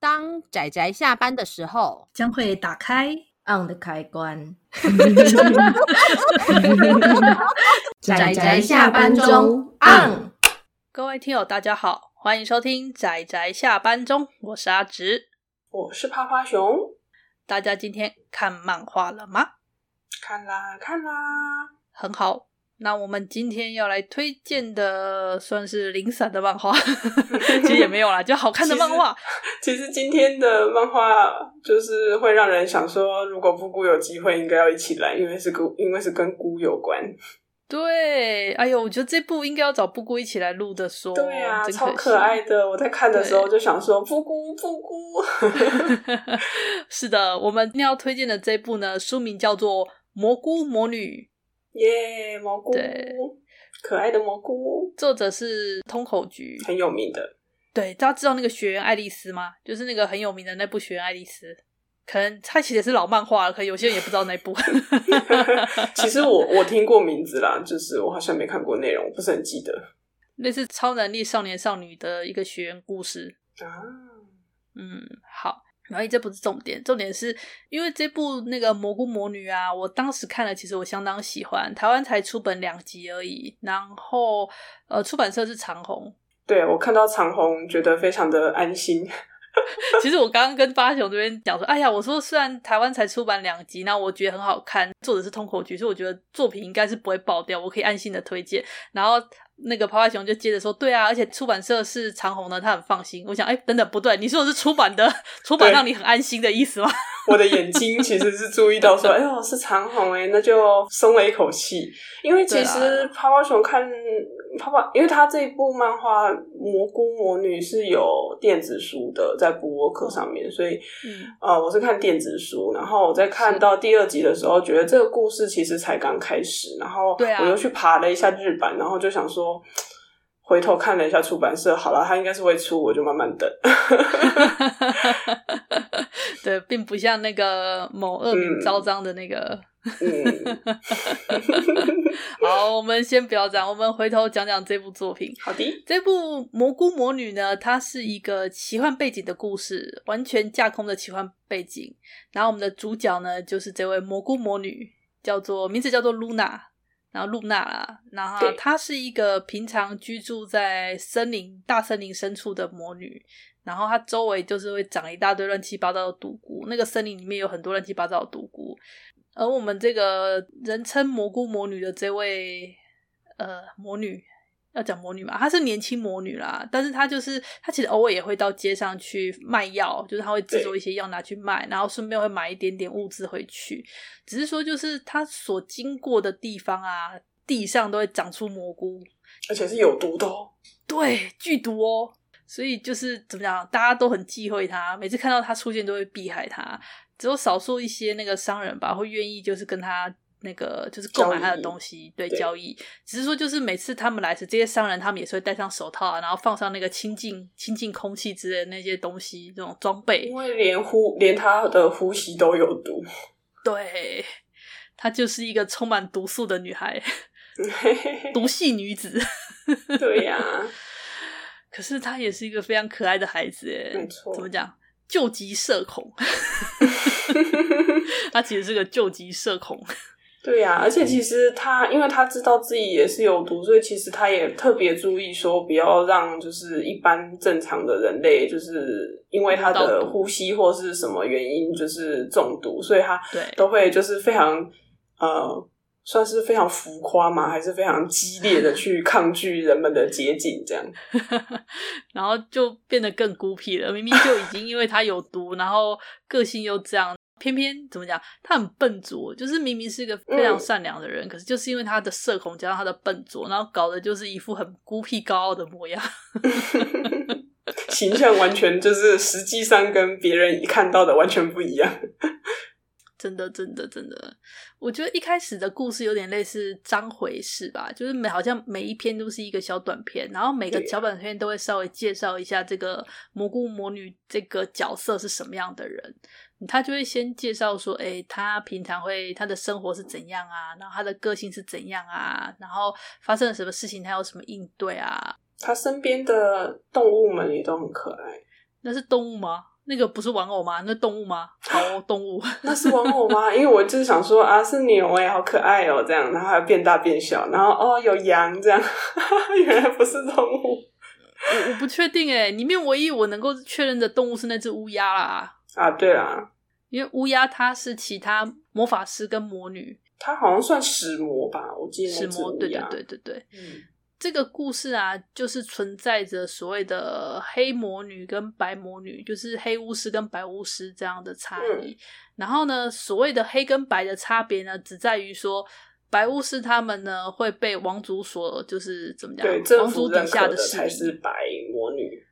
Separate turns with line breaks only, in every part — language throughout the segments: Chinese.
当仔仔下班的时候，
将会打开。
on 的开关。
宅宅下班中
on。
各位听友，大家好，欢迎收听仔仔下班中，我是阿直。
我是趴趴熊，
大家今天看漫画了吗？
看啦看啦，
很好，那我们今天要来推荐的算是零散的漫画，其实也没有啦，就好看的漫画。
其实今天的漫画就是会让人想说，如果布谷有机会，应该要一起来，因为是跟因为是跟菇有关。
对，哎呦，我觉得这部应该要找布姑一起来录的说，
对啊，
哦真
超
可
可
惜
爱的。我在看的时候
对
就想说，布谷布谷，
是的，我们今天要推荐的这部呢，书名叫做《蘑菇魔女
耶，蘑菇
对，
可爱的蘑菇》，，
作者是通口菊。
很有名的。
对，大家知道那个学员爱丽丝吗？就是那个很有名的那部学员爱丽丝。可能它其实也是老漫画了，可能有些人也不知道那部。
其实我我听过名字啦，就是我好像没看过内容，不是很记得
类似超能力少年少女的一个学员故事。
啊。
嗯，好。然后这不是重点，重点是因为这部那个《蘑菇魔女》啊，我当时看了，其实我相当喜欢。台湾才出本两集而已，然后呃，出版社是长虹。
对我看到长虹，觉得非常的安心。
其实我刚刚跟八雄这边讲说，哎呀，我说虽然台湾才出版两集，那我觉得很好看，作者是通口菊，所以我觉得作品应该是不会爆掉，我可以安心的推荐。然后那个趴趴熊就接着说，对啊，而且出版社是长虹的，他很放心。我想，哎，等等，不对，你说的是出版的， 出版
对
让你很安心的意思吗？
我的眼睛其实是注意到说，哎呦是长虹哎、那就松了一口气。因为其
对啊
实泡泡熊看泡泡，因为他这一部漫画《蘑菇魔女》是有电子书的，在布沃克上面，所以、
嗯
呃我是看电子书，然后我在看到第二集的时候，觉得这个故事其实才刚开始，然后
对啊
我又去爬了一下日版，然后就想说。回头看了一下出版社，好了，他应该是会出，我就慢慢等。
对，并不像那个某恶名昭彰的那个。
嗯，
好，我们先不要讲，我们回头讲讲这部作品。
好的，
这部《蘑菇魔女》呢，它是一个奇幻背景的故事，完全架空的奇幻背景。然后我们的主角呢，就是这位蘑菇魔女，叫做名字叫做露娜，然后露娜啦，然后
对
她是一个平常居住在森林大森林深处的魔女，然后它周围就是会长一大堆乱七八糟的毒菇，那个森林里面有很多乱七八糟的毒菇。而我们这个人称蘑菇魔女的这位呃魔女，要讲魔女嘛，她是年轻魔女啦，但是她就是她其实偶尔也会到街上去卖药，就是她会制作一些药拿去卖，然后顺便会买一点点物资回去。只是说就是她所经过的地方啊，地上都会长出蘑菇，
而且是有毒的哦。
对，剧毒哦。所以就是怎么讲，大家都很忌讳他，每次看到他出现都会避开他。只有少数一些那个商人吧，会愿意就是跟他那个就是购买
交易
他的东西，对
对
交易。只是说就是每次他们来时，这些商人他们也是会戴上手套啊，然后放上那个清净清净空气之类的那些东西，这种装备
因。为连呼连他的呼吸都有毒，
对，她就是一个充满毒素的女孩，
对
毒系女子。
呀、
可是她也是一个非常可爱的孩子，哎，
没错
怎么讲？救急社 恐，她其实是个救急社恐，
对呀、而且其实他，因为他知道自己也是有毒，所以其实他也特别注意说，不要让就是一般正常的人类，就是因为他
到
的
毒
呼吸或是什么原因，就是中毒，所以他
对
都会就是非常呃，算是非常浮夸嘛，还是非常激烈的去抗拒人们的接近，这样。
然后就变得更孤僻了。明明就已经因为她有毒，然后个性又这样，偏偏怎么讲？她很笨拙，就是明明是一个非常
嗯
善良的人，可是就是因为她的社恐加上她的笨拙，然后搞的就是一副很孤僻高傲的模样。
形象完全就是实际上跟别人一看到的完全不一样。
真的，真的，真的，我觉得一开始的故事有点类似章回式吧，就是每好像每一篇都是一个小短片，然后每个
对
小短片都会稍微介绍一下这个蘑菇魔女这个角色是什么样的人，他就会先介绍说，哎、他平常会他的生活是怎样啊，然后他的个性是怎样啊，然后发生了什么事情，他有什么应对啊？
他身边的动物们也都很可爱，
那是动物吗？那个不是玩偶吗？那动物吗？好动物，
那是玩偶吗？因为我就是想说啊，是牛哎、欸，好可爱哦、喔，这样，然后还变大变小，然后哦有羊这样， 原来不是动物。
我我不确定哎、欸，里面唯一我能够确认的动物是那只乌鸦啦。
啊，对啊，
因为乌鸦它是其他魔法师跟魔女，
它好像算使魔吧，我记得
使魔，对对对对对，嗯，这个故事啊，就是存在着所谓的黑魔女跟白魔女，就是黑巫师跟白巫师这样的差异。嗯、然后呢，所谓的黑跟白的差别呢，只在于说。白巫师他们呢会被王族所就是怎么讲？王啊族底下
的
势力
是白魔女。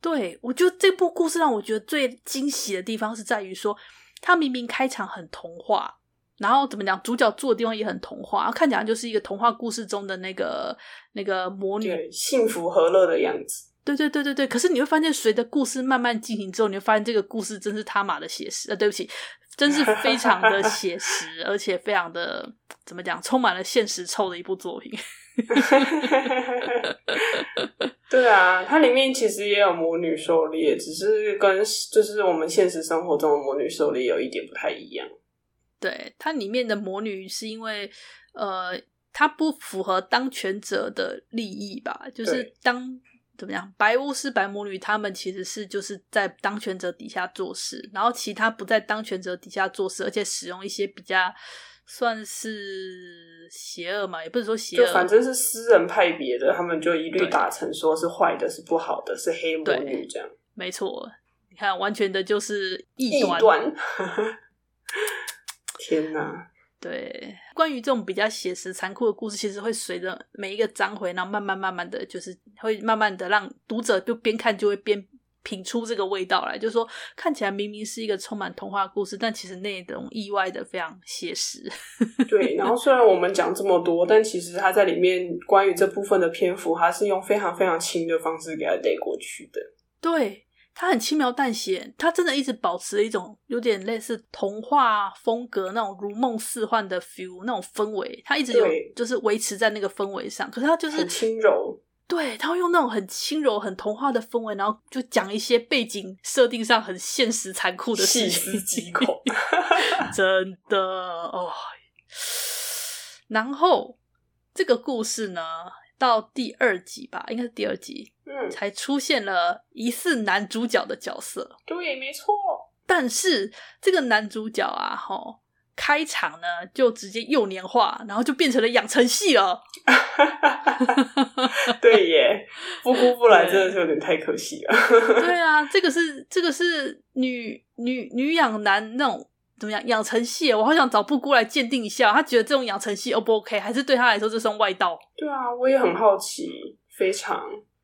对，我觉得这部故事让我觉得最惊喜的地方是在于说，他明明开场很童话，然后怎么讲，主角住的地方也很童话，看起来就是一个童话故事中的那个那个魔女
幸福和乐的样子。
对对对对对，可是你会发现，随着故事慢慢进行之后，你会发现这个故事真是他妈的写实。呃，对不起。真是非常的写实，而且非常的怎么讲，充满了现实臭的一部作品。
对啊，它里面其实也有魔女狩猎，只是跟就是我们现实生活中的魔女狩猎有一点不太一样。
对，它里面的魔女是因为呃，它不符合当权者的利益吧，就是当。怎么样？白巫师、白魔女，他们其实是就是在当权者底下做事，然后其他不在当权者底下做事，而且使用一些比较算是邪恶嘛，也不是说邪恶，
就反正是私人派别的，他们就一律打成说是坏的、是不好的、是黑魔女这样。
没错，你看，完全的就是异
端。异端 天哪！
对，关于这种比较写实、残酷的故事，其实会随着每一个章回，然后慢慢、慢慢的就是会慢慢的让读者就边看就会边品出这个味道来。就是说，看起来明明是一个充满童话故事，但其实内容意外的非常写实。
对，然后虽然我们讲这么多，但其实它在里面关于这部分的篇幅，它是用非常非常轻的方式给它带过去的。
对。他很轻描淡写，他真的一直保持一种有点类似童话风格那种如梦似幻的 feel 那种氛围，他一直有就是维持在那个氛围上。可是他就是
轻柔，
对，他会用那种很轻柔、很童话的氛围，然后就讲一些背景设定上很现实、残酷的事情，
细思极恐，
真的哦。然后这个故事呢？到第二集吧，应该是第二集，
嗯，
才出现了疑似男主角的角色。
对，没错。
但是这个男主角啊，吼，开场呢就直接幼年化，然后就变成了养成系了。
对耶，不姑 不来真的是有点太可惜了。
对啊，这个是这个是女女女养男那种。怎么样养成系？我好想找布姑来鉴定一下，他觉得这种养成系 O 不 OK，还是对他来说这算外道？
对啊，我也很好奇，非常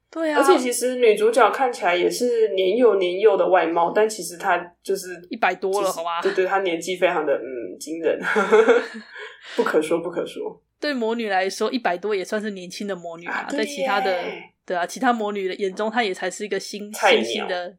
对啊。
而且其实女主角看起来也是年幼年幼的外貌，但其实她就是
一百多了，好吗？
对对，她年纪非常的嗯惊人， 不可说不可说。
对魔女来说，一百多也算是年轻的魔女啊，啊在其他的对啊，其他魔女的眼中，她也才是一个新新兴的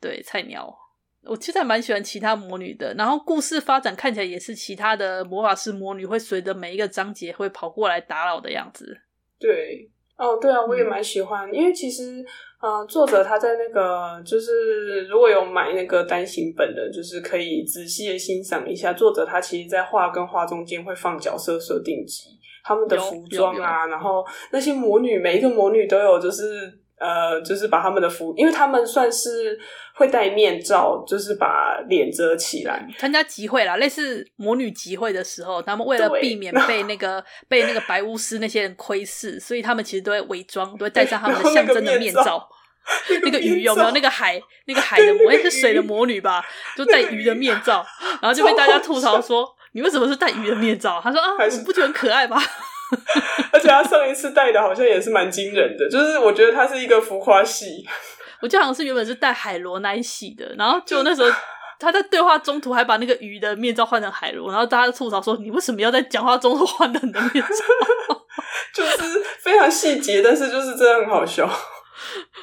对菜鸟。我其实还蛮喜欢其他魔女的，然后故事发展看起来也是其他的魔法师魔女会随着每一个章节会跑过来打扰的样子。
对，哦，对啊，我也蛮喜欢，嗯、因为其实，呃，作者他在那个就是如果有买那个单行本的，就是可以仔细的欣赏一下，作者他其实在画跟画中间会放角色设定集，他们的服装啊，然后那些魔女每一个魔女都有就是。呃，就是把他们的服，因为他们算是会戴面罩，就是把脸遮起来。
参加集会啦，类似魔女集会的时候，他们为了避免被那 个被那个白巫师那些人窥视，所以他们其实都会伪装，都会戴上他们的象征的
面
罩。 那
个
鱼有没有那个海 那个海的魔？哎，是水的魔女吧？就戴鱼的面罩，然后就被大家吐槽说：“你为什么是戴鱼的面罩？”他说：“啊，你不觉得很可爱吗？”
而且他上一次戴的好像也是蛮惊人的，就是我觉得他是一个浮夸系，
我记得好像是原本是戴海螺那一系的，然后就那 时候他在对话中途还把那个鱼的面罩换成海螺，然后大家吐槽说你为什么要在讲话中途换成你的面罩？
就是非常细节，但是就是真的很好笑，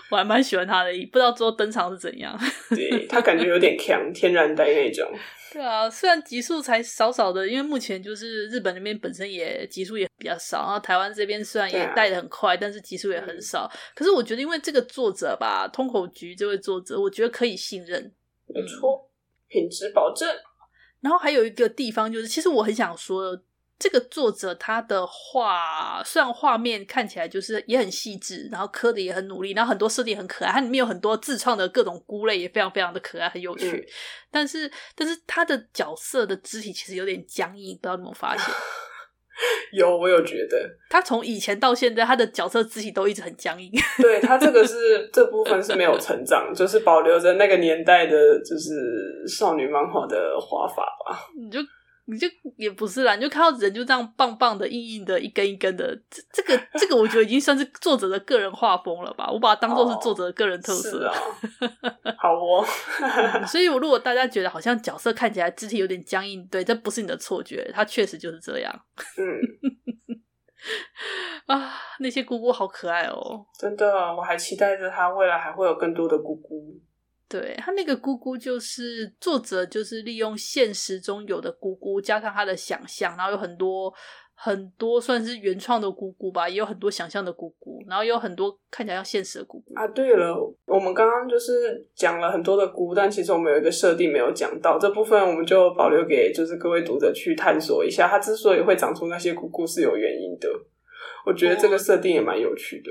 我还蛮喜欢他的，不知道之后登场是怎样。
对 他感觉有点强，天然呆那种。
对啊，虽然集数才少少的，因为目前就是日本那边本身也集数也比较少，然后台湾这边虽然也带的很快，啊、但是集数也很少。嗯、可是我觉得，因为这个作者吧，通口局这位作者，我觉得可以信任，
没错，品质保证。
然后还有一个地方就是，其实我很想说，这个作者他的画虽然画面看起来就是也很细致，然后刻的也很努力，然后很多设定很可爱，它里面有很多自创的各种菇类也非常非常的可爱，很有趣。
嗯
但是但是他的角色的肢体其实有点僵硬，不知道你有没有发现？
有，我有觉得，
他从以前到现在，他的角色肢体都一直很僵硬。
对他这个是这部分是没有成长，就是保留着那个年代的，就是少女漫画的画法吧。
你就你就也不是啦，你就看到人就这样棒棒的、硬硬的、一根一根的，这这个这个，我觉得已经算是作者的个人画风了吧？我把它当做是作者的个人特
是
色。
啊，好哦，
所以，我如果大家觉得好像角色看起来肢体有点僵硬，对，这不是你的错觉，它确实就是这样
嗯，
啊。那些姑姑好可爱哦，
真的，我还期待着他未来还会有更多的姑姑。
对他那个姑姑就是作者，就是利用现实中有的姑姑，加上他的想象，然后有很多很多算是原创的姑姑吧，也有很多想象的姑姑，然后也有很多看起来像现实的姑姑。
啊，对了，我们刚刚就是讲了很多的菇，但其实我们有一个设定没有讲到，这部分我们就保留给就是各位读者去探索一下。它之所以会长出那些菇菇是有原因的，我觉得这个设定也蛮有趣的。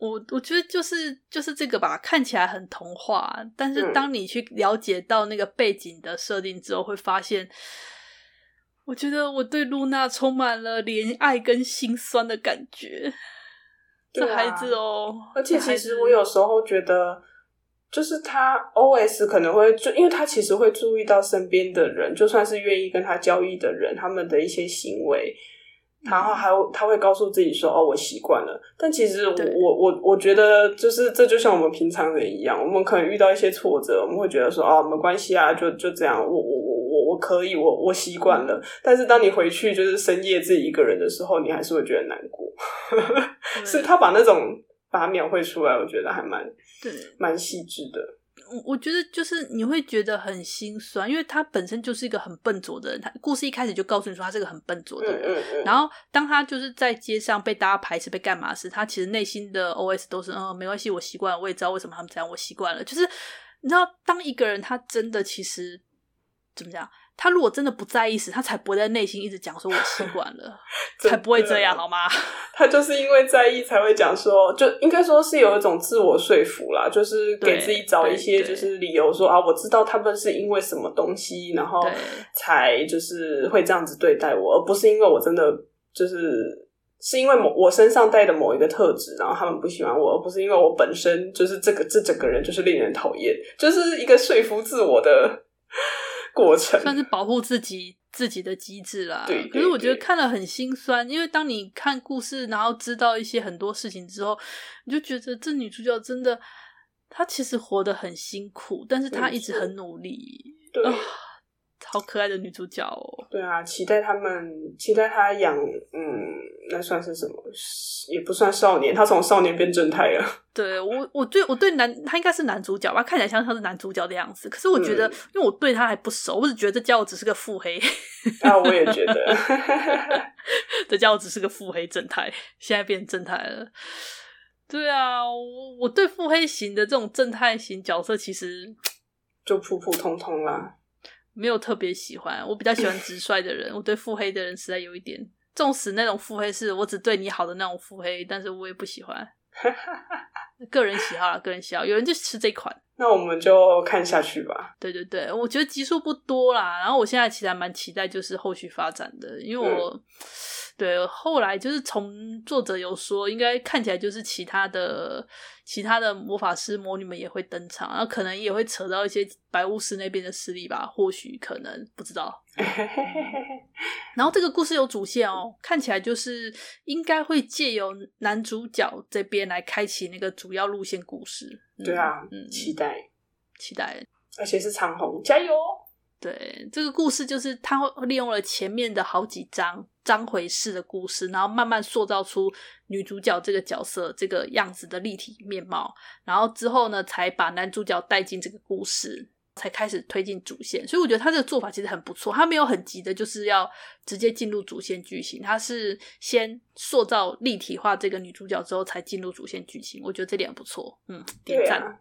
我我觉得就是就是这个吧，看起来很童话，但是
嗯
当你去了解到那个背景的设定之后，会发现，我觉得我对露娜充满了怜爱跟心酸的感觉。这
对啊
孩子哦，
而且
这孩
其
子
实我有时候觉得，就是他 OS 可能会就因为他其实会注意到身边的人，就算是愿意跟他交易的人，他们的一些行为，然
嗯
后还有他会告诉自己说：“哦，我习惯了。”但其实我
对
我我我觉得，就是这就像我们平常人一样，我们可能遇到一些挫折，我们会觉得说：“哦，没关系啊，就就这样，我我我我我可以，我我习惯了。”
嗯
但是当你回去就是深夜自己一个人的时候，你还是会觉得难过。
对
是他把那种把它描绘出来，我觉得还蛮
对。
蛮细致的。
我我觉得就是你会觉得很心酸，因为他本身就是一个很笨拙的人。他故事一开始就告诉你说他是个很笨拙的人，
嗯
然后当他就是在街上被大家排斥、被干嘛时，他其实内心的 OS 都是嗯，没关系，我习惯了，我也知道为什么他们这样，我习惯了。就是你知道，当一个人他真的其实怎么讲，他如果真的不在意时，他才不会在内心一直讲说我习惯 了，才不会这样，好吗？
他就是因为在意才会讲说，就应该说是有一种自我说服啦，就是给
对
自己找一些
对对
就是理由说啊，我知道他们是因为什么东西，然后
对
才就是会这样子对待我，而不是因为我真的就是。是因为某我身上带的某一个特质，然后他们不喜欢我，而不是因为我本身就是这个这整个人就是令人讨厌，就是一个说服自我的过程。
算是保护自己自己的机制啦。
对对
可是我觉得
对
看了很心酸，因为当你看故事，然后知道一些很多事情之后，你就觉得这女主角真的，她其实活得很辛苦，但是她
没
一直
错
很努力。
对
啊，好可爱的女主角哦！
对啊，期待他们，期待他养，嗯，那算是什么？也不算少年，他从少年变正太了。
对我，我对我对男，他应该是男主角吧，看起来像他是男主角的样子。可是我觉得，
嗯
因为我对他还不熟，我只觉得这家伙只是个腹黑，
啊，我也觉得，
这家伙只是个腹黑正太，现在变正太了。对啊，我我对腹黑型的这种正太型角色其实
就普普通通啦。
没有特别喜欢，我比较喜欢直率的人。我对腹黑的人实在有一点，纵使那种腹黑是我只对你好的那种腹黑，但是我也不喜欢。个人喜好啦，个人喜好，有人就吃这款。
那我们就看下去吧。
对对对，我觉得集数不多啦，然后我现在其实还蛮期待就是后续发展的，因为我、对后来就是从作者有说，应该看起来就是其他的其他的魔法师魔女们也会登场，然后可能也会扯到一些白巫师那边的势力吧，或许可能不知道。然后这个故事有主线哦，看起来就是应该会借由男主角这边来开启那个主要路线故事。嗯
对啊，
嗯，
期待，
期待。
而且是长虹，加油！哦
对，这个故事就是他会利用了前面的好几章章回式的故事，然后慢慢塑造出女主角这个角色这个样子的立体面貌，然后之后呢，才把男主角带进这个故事，才开始推进主线。所以我觉得他这个做法其实很不错，他没有很急的，就是要直接进入主线剧情，他是先塑造立体化这个女主角之后，才进入主线剧情。我觉得这点不错，嗯，点
对
赞。
啊，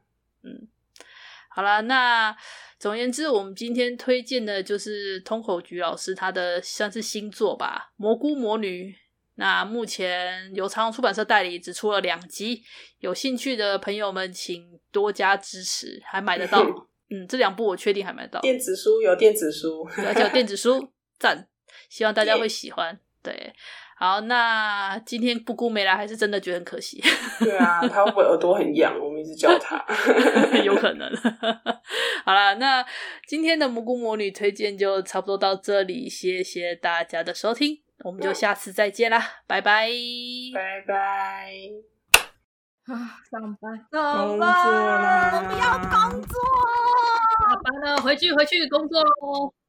好啦，那总而言之，我们今天推荐的就是通口菊老师他的算是新作吧，《蘑菇魔女》。那目前由长荣出版社代理，只出了两集，有兴趣的朋友们请多加支持，还买 得到。嗯，这两部我确定还买得到，
电子书有电子书，
对而且有电子书，赞！希望大家会喜欢。对，好，那今天布姑没来，还是真的觉得很可惜。
对啊，他会不会耳朵很痒？我们一直叫他，
有可能。 好了，那今天的蘑菇魔女推荐就差不多到这里，谢谢大家的收听，我们就下次再见啦，拜拜，
嗯拜拜。
啊，上班，
工作啦
我不要工作，
下班了，回去回去工作喽。